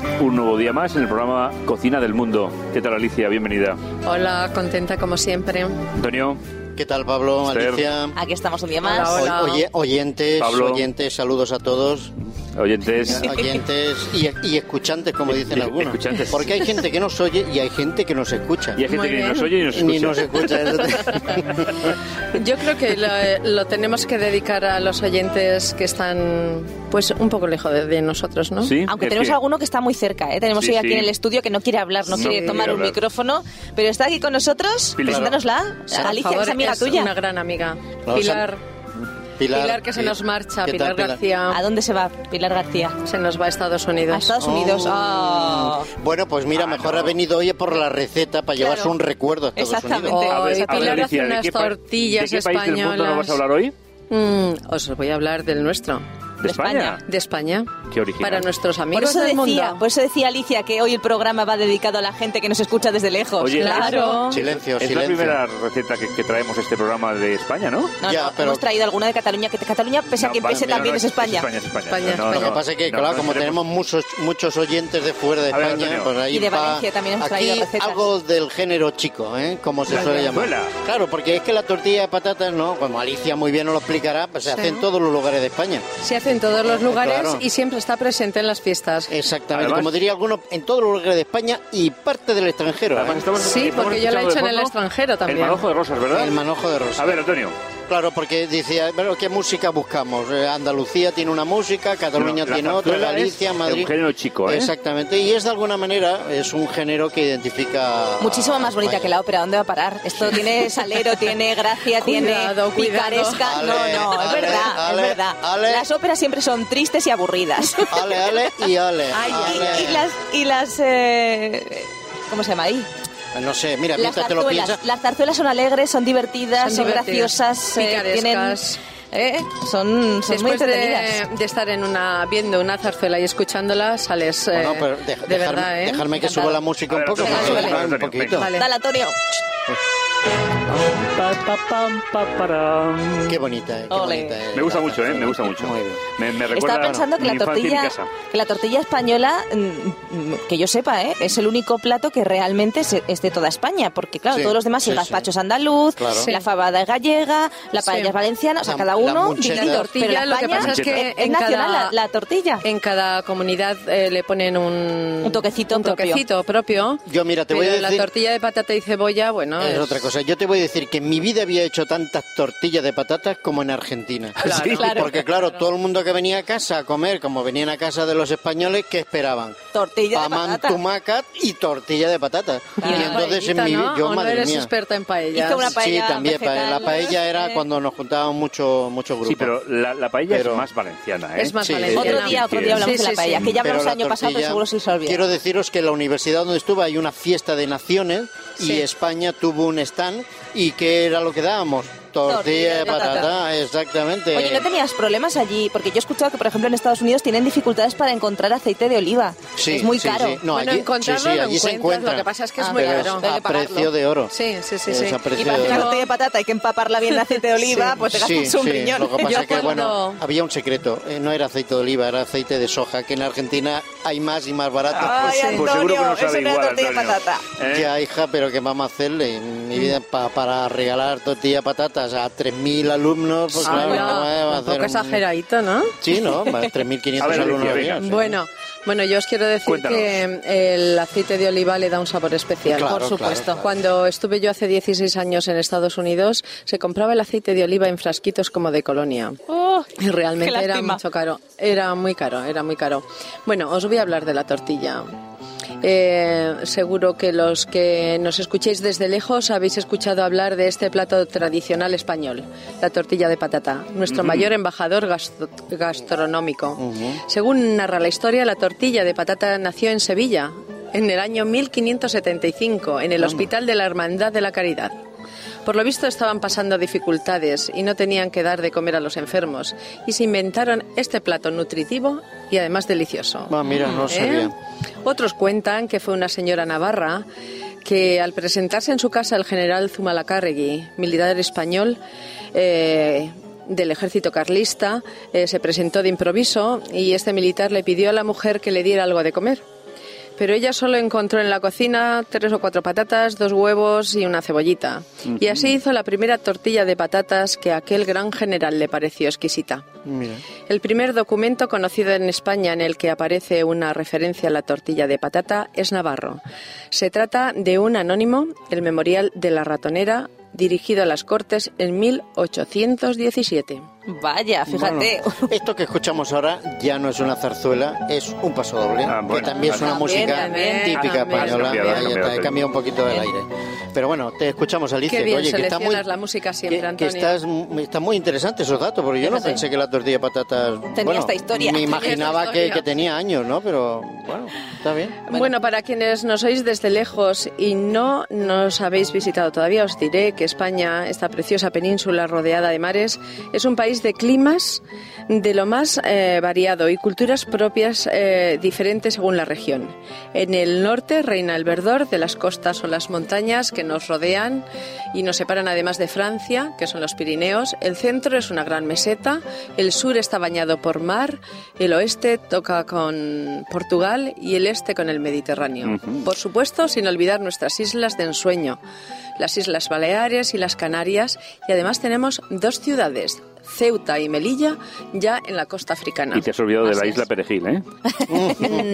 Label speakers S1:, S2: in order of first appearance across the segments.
S1: Pues día más en el programa Cocina del Mundo. ¿Qué tal, Alicia? Bienvenida.
S2: Hola, contenta como siempre.
S1: Antonio.
S3: ¿Qué tal, Pablo?
S1: Esther.
S3: Alicia.
S4: Aquí estamos un día más.
S2: Hola, hola.
S3: Oye- oyentes,
S1: Pablo.
S3: oyentes, saludos a todos. Eh,
S1: Oyentes.
S3: Oyentes y, y escuchantes, como dicen
S1: Y- y-
S3: algunos.
S1: escuchantes.
S3: Porque hay gente que nos oye y hay gente que nos escucha.
S1: Y hay gente
S2: Muy
S1: que ni
S2: bien.
S1: nos oye ni nos escucha.
S3: Ni nos escucha.
S2: Yo creo que lo, lo tenemos que dedicar a los oyentes que están pues un poco lejos de, de nosotros, ¿no?
S1: ¿Sí?
S4: Aunque
S1: ¿En
S4: tenemos
S1: qué?
S4: alguno que está muy cerca, ¿eh? tenemos
S1: Sí,
S4: hoy aquí
S1: sí.
S4: en el estudio que no quiere hablar, no,
S1: No
S4: quiere
S1: quiere
S4: tomar un
S1: hablar.
S4: micrófono, pero está aquí con nosros.
S1: Pilar.
S4: Preséntanos la
S2: Por
S4: Alicia, que
S2: favor,
S4: es amiga
S2: es
S4: tuya.
S2: Una gran amiga.
S3: Claro,
S2: Pilar,
S3: Pilar,
S2: Pilar, que se
S3: ¿qué-
S2: nos marcha,
S3: qué
S2: Pilar,
S3: tal,
S4: ¿A
S2: García
S4: dónde se va Pilar García?
S2: se nos va a Estados Unidos. Ah.
S4: A Estados
S3: Oh.
S4: Unidos. Oh.
S3: Bueno, pues mira,
S1: Ah,
S3: mejor ha venido hoy por la receta para llevarse un recuerdo a Estados
S4: Exactamente.
S3: Unidos.
S2: Oh,
S1: A ver,
S2: y
S1: a ver,
S2: Pilar hace
S1: Alicia, ¿de
S2: unas
S1: qué, pa-
S2: tortillas
S1: ¿de qué país del mundo nos vas
S2: españolas.
S1: a hablar hoy?
S2: Mm, os voy a hablar del nuestro,
S1: ¿De,
S4: De
S1: España?
S4: España.
S2: de España.
S1: Qué original.
S2: Para nuestros
S4: Por
S2: amigos
S4: eso,
S2: del
S4: decía,
S2: mundo.
S4: por eso decía Alicia que hoy el programa va dedicado a la gente que nos escucha desde lejos.
S1: Oye,
S4: claro.
S3: Silencio,
S1: es
S3: silencio.
S1: la primera receta que, que traemos este programa de España, ¿no?
S4: No,
S3: Ya,
S4: no,
S3: pero-
S4: hemos traído alguna de Cataluña, que Cataluña, pese a
S1: No,
S4: que
S1: vale,
S4: pese
S1: no, no,
S4: también, es España.
S1: Es España, es
S2: España,
S1: No, no,
S2: España.
S3: Lo que pasa es que,
S1: no,
S3: claro,
S1: no
S3: como
S1: Eh, tenemos-
S3: tenemos muchos, muchos oyentes de fuera de
S1: A ver,
S3: España,
S1: Antonio.
S3: pues ahí
S4: Y de
S3: va-
S4: Valencia también hemos
S3: aquí,
S4: traído recetas.
S3: algo del género chico, ¿eh? Como se
S1: La
S3: suele llamar.
S1: cazuela.
S3: Claro, porque es que la tortilla de patatas, ¿no? Como Alicia muy bien nos lo explicará, pues se
S2: Sí.
S3: hace en todos los lugares de España.
S2: Se hace en todos los lugares
S3: Claro.
S2: y siempre está presente en las fiestas.
S3: Exactamente,
S1: Además-
S3: como diría alguno, en todos los lugares de España y parte del extranjero. ¿eh?
S1: Además, estamos-
S2: Sí,
S1: estamos
S2: porque yo la he
S1: escuchando
S2: hecho en
S1: de
S2: el
S1: fondo
S2: extranjero también.
S1: El manojo de rosas, ¿verdad?
S3: El manojo de rosa.
S1: A ver, Antonio.
S3: Claro, porque decía, bueno, ¿qué música buscamos? Eh, Andalucía tiene una música, Cataluña
S1: No, la
S3: tiene otra,
S1: zarzuela
S3: Galicia,
S1: es
S3: Madrid.
S1: un género chico, ¿eh?
S3: Exactamente, y es de alguna manera, es un género que identifica.
S4: Muchísimo más bonita que la ópera, ¿dónde va a parar? Esto tiene salero, tiene gracia,
S2: Cuidado,
S4: tiene
S2: cuidado.
S4: picaresca.
S3: Ale,
S4: no, no, es
S3: ale,
S4: verdad,
S3: ale,
S4: es verdad.
S3: ale.
S4: Las óperas siempre son tristes y aburridas.
S3: Ale, ale y ale.
S2: Ay,
S4: Y-
S3: ale.
S4: y, las. Y las eh, ¿Cómo se llama ahí?
S3: Pues No sé, mira,
S4: Las
S3: mientras te lo
S4: zarzuelas.
S3: piensas.
S4: Las zarzuelas son alegres, son divertidas,
S2: Son
S4: son,
S2: divertidas,
S4: graciosas, eh, tienen.
S2: picarescas.
S4: eh, son, son muy
S2: Después de,
S4: entretenidas.
S2: de estar en una viendo una zarzuela y escuchándola sales eh,
S3: Bueno, pero de,
S2: de
S3: dejarme,
S2: verdad, ¿eh?
S3: dejarme que
S4: Encantada.
S3: suba la música
S1: pues A
S3: un
S1: ver, Antonio,
S3: poco. porque-
S2: venga,
S3: un
S1: Antonio,
S3: poquito.
S1: venga.
S4: Dale, Antonio.
S1: Pa, pa, pam, pa, param.
S3: Qué bonita, eh, qué
S4: Ole.
S3: bonita. eh,
S1: Me gusta
S3: la
S1: mucho, ¿eh?
S3: zarzuela.
S1: Me gusta mucho.
S3: Muy bien.
S1: Me, me recuerda
S4: Estaba pensando que
S1: mi
S4: la
S1: infancia y mi
S4: tortilla,
S1: casa.
S4: que la tortilla española, mm, mm, que yo sepa, ¿eh? es el único plato que realmente es, es de toda España, porque claro,
S3: Sí,
S4: todos los demás,
S3: sí,
S4: el gazpacho
S3: sí.
S4: es andaluz,
S3: Claro.
S2: Sí.
S4: la fabada es gallega, la
S2: Sí.
S4: paella es valenciana, o sea,
S3: La-
S4: cada
S3: la
S4: uno
S3: muncheta.
S4: distinto,
S3: La
S2: tortilla,
S4: pero la
S2: lo que
S4: España
S2: pasa es que
S4: es,
S2: en
S4: nacional
S2: cada- Eh,
S4: la, la tortilla.
S2: En cada comunidad eh, le ponen un,
S4: Un toquecito
S2: un
S4: propio.
S2: toquecito propio.
S3: Yo, mira, te voy
S2: Pero
S3: a
S2: la
S3: decir-
S2: tortilla de patata y cebolla, bueno,
S3: Es otra cosa. Yo te voy a decir que en mi vida había hecho tantas tortillas de patatas como en Argentina.
S2: Claro, Sí.
S4: claro.
S3: Porque claro, todo el mundo que venía a casa a comer, como venían a casa de los españoles, ¿qué esperaban?
S4: Tortilla de
S3: Pamán,
S4: patata.
S3: tumacat y tortilla de patatas.
S2: Y
S3: Y
S2: una
S3: entonces en
S2: paellita,
S3: mi vida,
S2: ¿no?
S3: yo,
S2: ¿O no
S3: madre
S2: eres
S3: mía.
S2: experta en paellas.
S4: Hizo una pa- paella
S3: sí, también. pa-
S4: vegetal,
S3: la paella era
S4: eh.
S3: cuando nos juntábamos muchos muchos grupos.
S1: Sí, pero la, la paella
S3: Pero-
S1: es más valenciana, ¿eh?
S2: Es más
S3: Sí,
S2: valenciana.
S4: Otro día, otro día hablamos
S2: Sí,
S4: de
S2: sí,
S4: la paella,
S2: sí.
S4: que ya hablamos el
S3: la
S4: año pasado, pero
S3: tortilla-
S4: seguro se os olvida.
S3: Quiero deciros que en la universidad donde estuve hay una fiesta de naciones
S2: Sí.
S3: y España tuvo un stand y ¿qué era lo que dábamos? Tortilla de patata, exactamente.
S4: Oye, ¿no tenías problemas allí? Porque yo he escuchado que, por ejemplo, en Estados Unidos tienen dificultades para encontrar aceite de oliva.
S3: Sí,
S4: es muy
S3: sí,
S4: caro.
S3: sí. No,
S2: Bueno,
S3: allí,
S2: encontrarlo
S3: sí, sí,
S2: lo
S3: allí se
S2: encuentras,
S3: encuentra.
S2: lo que pasa es que es
S4: Ah,
S2: muy
S3: Pero
S2: caro.
S4: hay que
S3: a precio
S4: pagarlo.
S3: de oro.
S2: Sí, sí, sí,
S3: Es
S2: sí.
S3: a precio de
S4: Y para hacer
S3: oro.
S2: claro.
S4: tortilla de patata hay que empaparla bien de aceite de oliva,
S2: Sí.
S4: pues te gastas
S3: Sí,
S4: un
S3: sí,
S4: riñón.
S3: Lo que pasa
S2: Yo
S3: es que, bueno,
S2: cuando-
S3: había un secreto. eh, no era aceite de oliva, era aceite de soja, que en Argentina hay más y más barato.
S4: Ay,
S1: pues, pues seguro que
S4: Antonio,
S1: no
S4: eso
S1: sabe
S4: no era
S1: igual,
S4: tortilla de
S1: Antonio.
S4: patata.
S1: ¿Eh?
S3: Ya, hija, pero ¿qué vamos a hacerle? En Mi vida pa- para regalar tortilla patatas a 3.000 alumnos, pues
S2: Ah,
S3: claro,
S2: bueno,
S3: no va a
S2: un
S3: hacer
S2: poco
S3: un-
S2: exageradito, ¿no?
S3: Sí, ¿no? Va,
S1: A
S3: 3.500
S1: ver,
S3: alumnos.
S1: Alicia,
S3: había,
S1: venga.
S3: sí.
S2: Bueno, bueno, yo os quiero decir
S1: Cuéntanos.
S2: que eh, el aceite de oliva le da un sabor especial.
S3: Claro,
S4: por supuesto.
S3: claro, claro.
S2: Cuando estuve yo hace 16 años en Estados Unidos, se compraba el aceite de oliva en frasquitos como de colonia.
S4: Oh,
S2: Y realmente
S4: qué
S2: era
S4: lástima.
S2: mucho caro. Era muy caro, era muy caro. Bueno, os voy a hablar de la tortilla. Eh, seguro que los que nos escuchéis desde lejos habéis escuchado hablar de este plato tradicional español, la tortilla de patata, nuestro mayor embajador gasto- gastronómico. Según narra la historia, la tortilla de patata nació en Sevilla en el año 1575, en el Hospital de la Hermandad de la Caridad. Por lo visto estaban pasando dificultades y no tenían que dar de comer a los enfermos y se inventaron este plato nutritivo y además delicioso.
S3: Ah, mira, no
S2: ¿Eh?
S3: sabía.
S2: Otros cuentan que fue una señora navarra que al presentarse en su casa el general Zumalacárregui, militar español eh, del ejército carlista, eh, se presentó de improviso y este militar le pidió a la mujer que le diera algo de comer. Pero ella solo encontró en la cocina tres o cuatro patatas, dos huevos y una cebollita. Y así hizo la primera tortilla de patatas que a aquel gran general le pareció exquisita.
S3: Mira.
S2: El primer documento conocido en España en el que aparece una referencia a la tortilla de patata es Navarro. Se trata de un anónimo, el Memorial de la Ratonera, dirigido a las Cortes en 1817.
S4: Vaya, fíjate.
S3: Esto que escuchamos ahora ya no es una zarzuela, es un paso doble,
S1: Ah, bueno,
S3: que también es una
S1: también,
S3: música
S2: también,
S3: típica
S2: también.
S1: Has
S3: española. ¿eh?
S1: cambiado, has
S3: Ahí está,
S1: cambiado,
S3: he cambiado un poquito del aire. Pero bueno, te escuchamos, Alicia.
S2: Qué bien
S3: oye, que está muy,
S2: seleccionas la música siempre,
S3: que, que
S2: Antonio.
S3: estás, m- está muy interesante esos datos, porque yo no
S2: Fíjate.
S3: pensé que la tortilla de patatas...
S4: Tenía esta historia.
S3: Me
S4: Tenía
S2: esta
S3: imaginaba que,
S2: historia.
S3: que tenía años, ¿no? Pero bueno, está bien.
S2: Bueno. para quienes nos oís desde lejos y no nos habéis visitado todavía, os diré que España, esta preciosa península rodeada de mares, es un país de climas de lo más eh, variado y culturas propias eh, diferentes según la región. En el norte reina el verdor de las costas o las montañas que nos rodean y nos separan además de Francia, que son los Pirineos. El centro es una gran meseta, el sur está bañado por mar, el oeste toca con Portugal y el este con el Mediterráneo. Por supuesto, sin olvidar nuestras islas de ensueño, las Islas Baleares y las Canarias, y además tenemos dos ciudades. Ceuta y Melilla, ya en la costa africana.
S1: Y te has olvidado de la
S2: Así
S1: isla
S2: es.
S1: Perejil, ¿eh?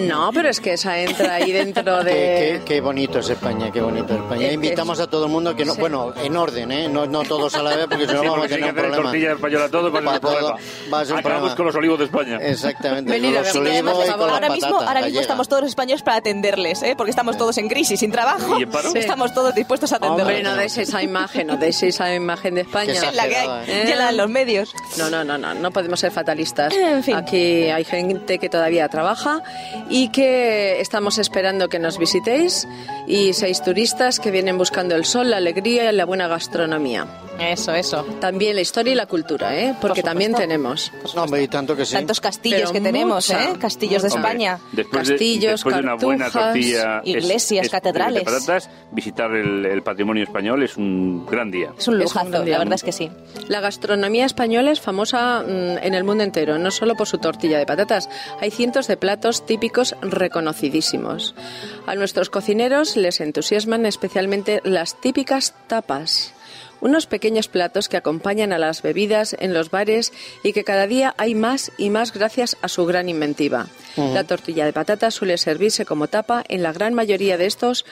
S2: No, pero es que esa entra ahí dentro de...
S3: Mm. Qué, qué- qué bonito es España, qué bonito es España.
S2: Eh,
S3: Invitamos a todo el mundo que no,
S2: sí.
S3: bueno, en orden, ¿eh? No, no todos a la vez, porque si no
S1: Sí,
S3: vamos
S1: porque
S3: a
S1: si hay que
S3: tener un
S1: hacer
S3: problema.
S1: tortilla española todo, pues
S3: Para
S1: es un problema.
S3: todo va a ser un
S1: Acabamos
S3: problema.
S1: con los olivos de España.
S3: Exactamente.
S2: Venid
S3: con
S2: a
S3: los
S2: vernos,
S3: olivos
S2: por
S3: y con
S2: favor.
S3: la
S4: Ahora mismo,
S3: patata
S4: ahora mismo
S3: gallega.
S4: estamos todos los españoles para atenderles, ¿eh? porque estamos todos en crisis, sin trabajo.
S1: ¿Y en paro?
S2: Sí.
S4: Estamos todos dispuestos a atenderles.
S2: Hombre, no deis esa imagen, no deis esa imagen de
S3: Que
S2: España.
S3: se
S4: Es la que hay,
S3: Exagerada,
S2: ¿eh?
S4: y es la de los medios.
S2: No, no, no, no, no podemos ser fatalistas.
S4: En fin.
S2: Aquí hay gente que todavía trabaja y que estamos esperando que nos visitéis y seis turistas que vienen buscando el sol, la alegría y la buena gastronomía.
S4: Eso, eso.
S2: También la historia y la cultura, ¿eh? porque
S4: Por
S2: también
S4: supuesto.
S2: tenemos.
S3: No, hombre, y tanto que sí.
S4: Tantos castillos
S2: Pero
S4: que tenemos,
S2: mucha,
S4: ¿eh? Castillos de
S2: mucha.
S1: Hombre,
S4: España.
S1: Después de,
S2: Castillos,
S1: después de una buena
S2: cartujas,
S1: tortilla, es-
S4: iglesias,
S1: es-
S4: catedrales.
S1: de patatas, visitar el, el patrimonio español es un gran día.
S4: Es un
S2: Es un
S4: lujazo,
S2: gran día.
S4: la verdad es que sí.
S2: La gastronomía española es famosa mm, en el mundo entero, no solo por su tortilla de patatas. Hay cientos de platos típicos reconocidísimos. A nuestros cocineros les entusiasman especialmente las típicas tapas. Unos pequeños platos que acompañan a las bebidas en los bares y que cada día hay más y más gracias a su gran inventiva. La tortilla de patatas suele servirse como tapa en la gran mayoría de estos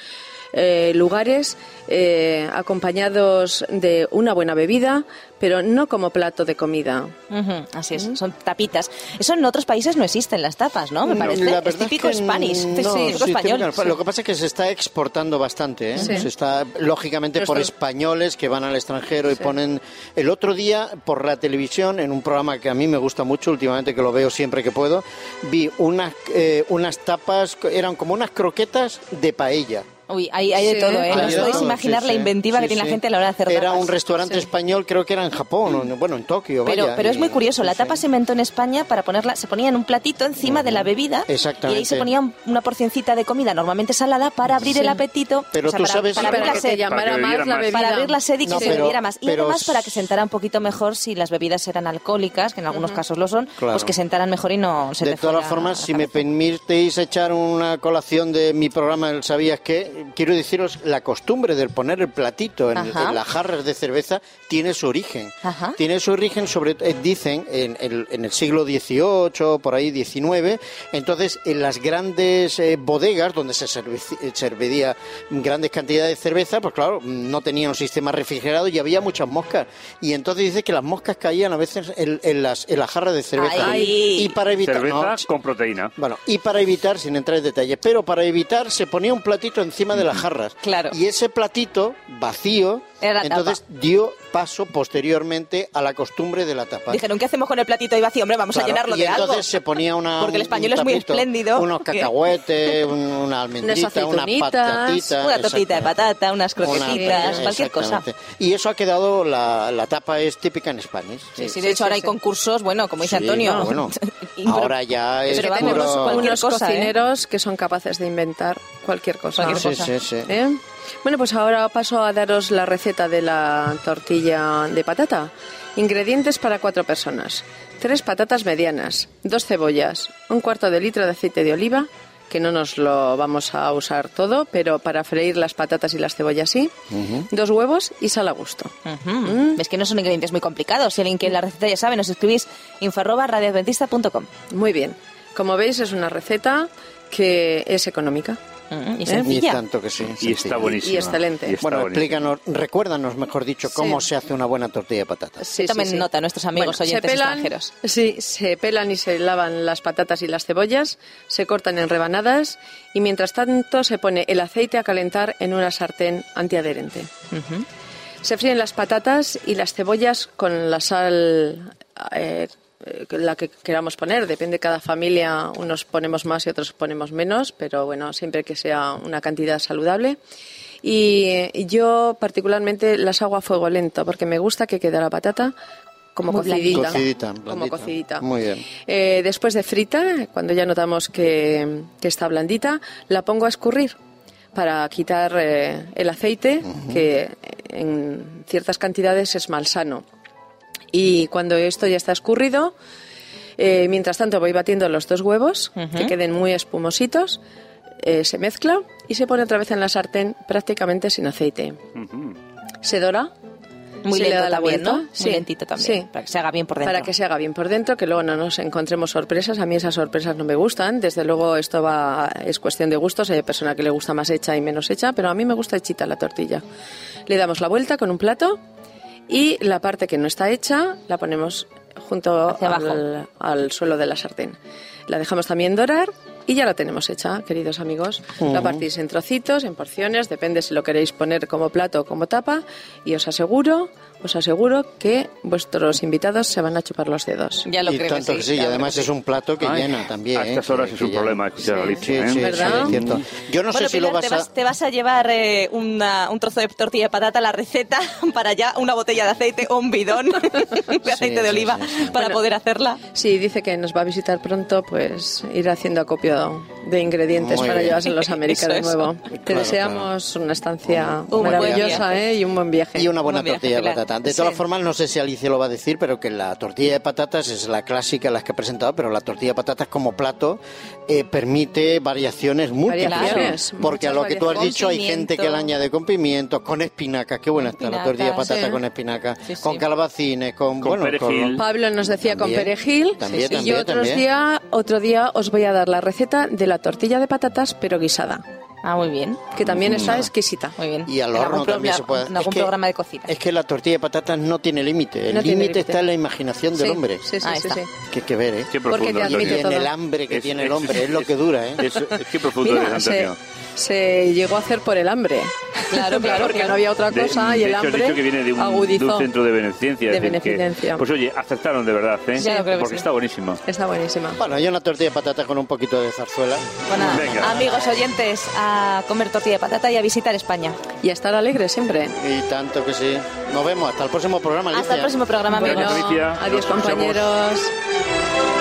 S2: eh, lugares eh, acompañados de una buena bebida, pero no como plato de comida.
S4: Ujú, así es, son tapitas. Eso en otros países no existen las tapas, ¿no? Ah, Me parece.
S3: La
S4: es
S3: verdad
S4: típico
S3: que
S4: Spanish,
S3: no,
S4: es
S3: sí,
S4: típico
S3: típico
S4: español.
S3: español. Lo que pasa es que se está exportando bastante. ¿eh?
S2: Sí.
S3: Se está, lógicamente, por
S2: Nuestro-
S3: españoles que van al extranjero y ponen. El otro día, por la televisión, en un programa que a mí me gusta mucho, últimamente que lo veo siempre que puedo, vi unas, eh, unas tapas, eran como unas croquetas de paella.
S4: Uy, hay, hay de
S2: Sí,
S4: todo,
S2: hay
S4: ¿eh? No
S2: de
S4: os
S2: todo,
S4: podéis imaginar
S3: sí,
S4: la
S3: sí.
S4: inventiva
S3: Sí,
S4: que tiene
S3: sí.
S4: la gente a la hora de hacer
S3: Era
S4: tapas.
S3: un restaurante español, creo que era en Japón, o en- bueno, en Tokio.
S4: Pero,
S3: vaya,
S4: pero es
S3: y-
S4: muy curioso, la
S3: sí,
S4: tapa
S3: sí.
S4: se inventó en España para ponerla, se ponía en un platito encima de la bebida y ahí
S3: Exactamente.
S4: se ponía un- una porcioncita de comida normalmente salada para abrir el apetito,
S3: Pero tú
S4: para,
S3: sabes-
S4: para abrir
S2: Para
S4: la
S2: que
S4: sed,
S2: te llamara
S1: Para que
S2: más
S1: bebiera
S2: la
S1: más.
S2: bebida.
S4: para abrir la sed y que
S3: No,
S4: se
S3: pero-
S4: bebiera más. Y
S3: pero
S4: además
S3: s-
S4: para que sentara un poquito mejor si las bebidas eran alcohólicas, que en algunos casos lo son,
S3: Claro.
S4: pues que sentaran mejor y no se
S3: de
S4: te
S3: todas las
S4: fuera
S3: formas,
S4: la
S3: si me
S4: cabeza.
S3: permitís echar una colación de mi programa El Sabías qué, quiero deciros la costumbre del poner el platito en,
S4: Ajá.
S3: en las jarras de cerveza tiene su origen.
S4: Ajá.
S3: Tiene su origen, sobre eh, dicen, en el, en el siglo XVIII, por ahí XIX. Entonces, en las grandes eh, bodegas donde se servi- eh, servía grandes cantidades de cerveza, pues claro, no tenían un sistema refrigerado y había muchas moscas. Y entonces dice que las moscas caían a veces en, en las, en las jarras de cerveza.
S4: Ay.
S3: Y para evitar...
S1: Cerveza
S3: no,
S1: con proteína.
S3: bueno, y para evitar, sin entrar en detalles, pero para evitar se ponía un platito encima de las jarras.
S4: Claro.
S3: Y ese platito vacío,
S4: Era la
S3: entonces dio paso posteriormente a la costumbre de la tapa.
S4: Dijeron, ¿qué hacemos con el platito ahí vacío? Hombre, vamos
S3: Claro,
S4: a llenarlo
S3: y
S4: de
S3: entonces
S4: algo.
S3: se ponía una.
S4: Porque
S3: un-
S4: el español
S3: un
S4: es muy
S3: tapito,
S4: espléndido.
S3: Unos
S4: ¿Qué?
S3: cacahuetes, un- una almendrita, una
S2: aceitunitas,
S3: patatita.
S4: Una tortita de
S3: exacto.
S4: patata, unas
S3: Una-
S4: croquetitas, cualquier cosa.
S3: exactamente. Y eso ha quedado, la, la tapa es típica en España.
S4: Sí, sí,
S2: Sí,
S4: de hecho ahora
S2: sí,
S4: hay
S2: sí.
S4: concursos, bueno, como dice
S3: Sí,
S4: Antonio.
S3: bueno,
S4: Impro-
S3: ahora ya es
S4: Pero
S2: Pero
S4: vamos,
S3: puro-
S4: eso cualquier
S2: unos
S4: cosa, ¿eh?
S2: cocineros que son capaces de inventar cualquier cosa.
S4: Cualquier
S3: Sí, sí, sí.
S2: ¿Eh? Bueno, pues ahora paso a daros la receta de la tortilla de patata. Ingredientes para cuatro personas. Tres patatas medianas, dos cebollas, un cuarto de litro de aceite de oliva, que no nos lo vamos a usar todo, pero para freír las patatas y las cebollas sí. Dos huevos y sal a gusto.
S4: Mm. Es que no son ingredientes muy complicados. Si alguien quiere la receta, ya sabe, nos escribís info.radioadventista.com.
S2: Muy bien. Como veis, es una receta que es económica.
S4: Mm, Y
S3: Ni
S4: sencilla.
S3: tanto que sí.
S1: Y
S3: sencillo.
S1: está buenísimo.
S2: Y excelente.
S3: Bueno, explícanos, recuérdanos, mejor dicho, cómo se hace una buena tortilla de patatas.
S2: Sí, sí,
S4: Tomen
S2: sí.
S4: nota nuestros amigos
S2: se
S4: oyentes
S2: pelan-
S4: extranjeros.
S2: Sí, se pelan y se lavan las patatas y las cebollas, se cortan en rebanadas y mientras tanto se pone el aceite a calentar en una sartén antiadherente. Se fríen las patatas y las cebollas con la sal, eh, eh, la que queramos poner. Depende de cada familia, unos ponemos más y otros ponemos menos, pero bueno, siempre que sea una cantidad saludable. Y eh, yo particularmente las hago a fuego lento porque me gusta que quede la patata como
S4: Muy blandita.
S2: cocidita.
S3: Cocidita,
S2: como
S3: blandita.
S2: cocidita.
S3: Muy bien.
S2: Eh, después de frita, cuando ya notamos que, que está blandita, la pongo a escurrir para quitar eh, el aceite, que en ciertas cantidades es malsano. Y cuando esto ya está escurrido, eh, mientras tanto voy batiendo los dos huevos, que queden muy espumositos, eh, se mezcla y se pone otra vez en la sartén prácticamente sin aceite. Se dora.
S4: Muy
S2: se le
S4: lento
S2: da la
S4: también,
S2: vuelta.
S4: ¿no?
S2: Sí,
S4: Muy lentito también.
S2: sí.
S4: Para que se haga bien por dentro.
S2: Para que se haga bien por dentro, que luego no nos encontremos sorpresas. A mí esas sorpresas no me gustan. Desde luego esto va es cuestión de gustos. Hay persona que le gusta más hecha y menos hecha, pero a mí me gusta hechita la tortilla. Le damos la vuelta con un plato y la parte que no está hecha la ponemos junto
S4: Hacia abajo.
S2: al, al suelo de la sartén. La dejamos también dorar y ya la tenemos hecha, queridos amigos. La partís en trocitos, en porciones, depende si lo queréis poner como plato o como tapa. Y os aseguro, os aseguro que vuestros invitados se van a chupar los dedos.
S4: Ya lo
S3: y
S4: creo que
S3: tanto que sí,
S4: ya
S3: y
S4: lo
S3: además eh,
S4: creo
S3: es un plato que
S1: Ay,
S3: llena también.
S1: A
S3: ¿eh?
S1: estas horas
S3: Que-
S1: es un
S3: que llena.
S1: problema escuchar a
S3: Sí,
S1: Alicia.
S3: sí,
S1: ¿eh?
S3: sí,
S2: ¿Verdad?
S3: es cierto. Yo no
S4: Bueno,
S3: sé si
S4: Pilar,
S3: lo vas,
S4: te, vas,
S3: a...
S4: te vas a llevar eh, una- un trozo de tortilla de patata, la receta, para allá, una botella de aceite o un bidón de aceite
S3: sí,
S4: de oliva
S3: sí, sí.
S4: para
S2: Bueno.
S4: poder hacerla.
S2: Si dice que nos va a visitar pronto, pues ir haciendo acopio de ingredientes
S3: Muy
S2: para
S3: bien.
S2: llevarse los América
S4: Eso,
S2: de
S4: eso.
S2: nuevo. Te
S3: Claro,
S2: deseamos una estancia
S4: Un buen
S2: maravillosa
S4: viaje.
S2: ¿eh? y un buen viaje.
S3: Y una buena
S4: Buen viaje,
S3: tortilla de
S4: Pilar.
S3: patata. De todas formas, no sé si Alicia lo va a decir, pero que la tortilla de patatas es la clásica, las que he presentado, pero la tortilla de patatas como plato eh, permite variaciones múltiples.
S2: Variaciones,
S3: porque a lo
S2: muchas
S3: que tú has
S2: variaciones.
S3: dicho hay
S4: Con
S3: gente que la
S4: pimiento.
S3: añade con pimientos, con espinacas, qué buena está la tortilla de
S4: Espinacas,
S3: patata
S2: sí.
S3: con espinacas,
S4: Sí, sí.
S3: con calabacines, con,
S1: Con
S3: bueno,
S1: perejil.
S2: Pablo nos decía
S3: También,
S2: con perejil
S3: también,
S2: y
S3: también,
S2: yo otros
S3: también.
S2: día, otro día os voy a dar la receta de la tortilla de patatas pero guisada,
S4: Ah, muy bien.
S2: que
S3: Mm.
S2: también está exquisita.
S4: Muy bien.
S3: Y al
S4: En algún
S3: horno también
S4: programa-
S3: se puede.
S4: En algún
S3: que-
S4: programa de cocina.
S3: Es que la tortilla de patatas no tiene límite. El
S2: No tiene
S3: límite
S2: límite.
S3: está en la imaginación del
S2: Sí,
S3: hombre.
S2: Sí, sí,
S4: Ahí
S2: sí,
S4: está.
S2: sí.
S3: Que hay que ver, ¿eh?
S1: Qué
S2: Porque
S1: profundo,
S2: te
S3: Y
S1: Antonio.
S2: admite
S3: en
S2: todo.
S3: el hambre que
S1: Es-
S3: tiene
S1: es-
S3: el hombre, es lo que dura, ¿eh?
S1: Es, es que profundo
S2: Mira,
S1: eres,
S2: se,
S1: Antonio.
S2: se llegó a hacer por el hambre. Claro, claro, porque no había otra
S1: De,
S2: cosa y
S1: de
S2: el
S1: hecho, has
S2: hambre
S1: dicho que viene de un,
S2: agudizó.
S1: de un centro de beneficencia.
S2: De
S1: es decir, que-
S2: beneficencia.
S1: pues oye, aceptaron de verdad, ¿eh?
S4: Ya lo creo que
S1: Porque
S4: sí.
S1: está buenísimo.
S2: Está buenísima.
S3: Bueno, yo una tortilla de patatas con un poquito de zarzuela.
S4: Bueno,
S1: Venga.
S4: Pues amigos oyentes, a comer tortilla de patata y a visitar España.
S2: Y a estar alegre siempre.
S3: Y tanto que sí. Nos vemos. Hasta el próximo programa.
S4: Hasta el
S3: Alicia.
S4: próximo programa,
S1: Bueno,
S4: amigos.
S2: Bueno,
S1: Alicia,
S2: adiós
S1: nos escuchamos.
S2: compañeros.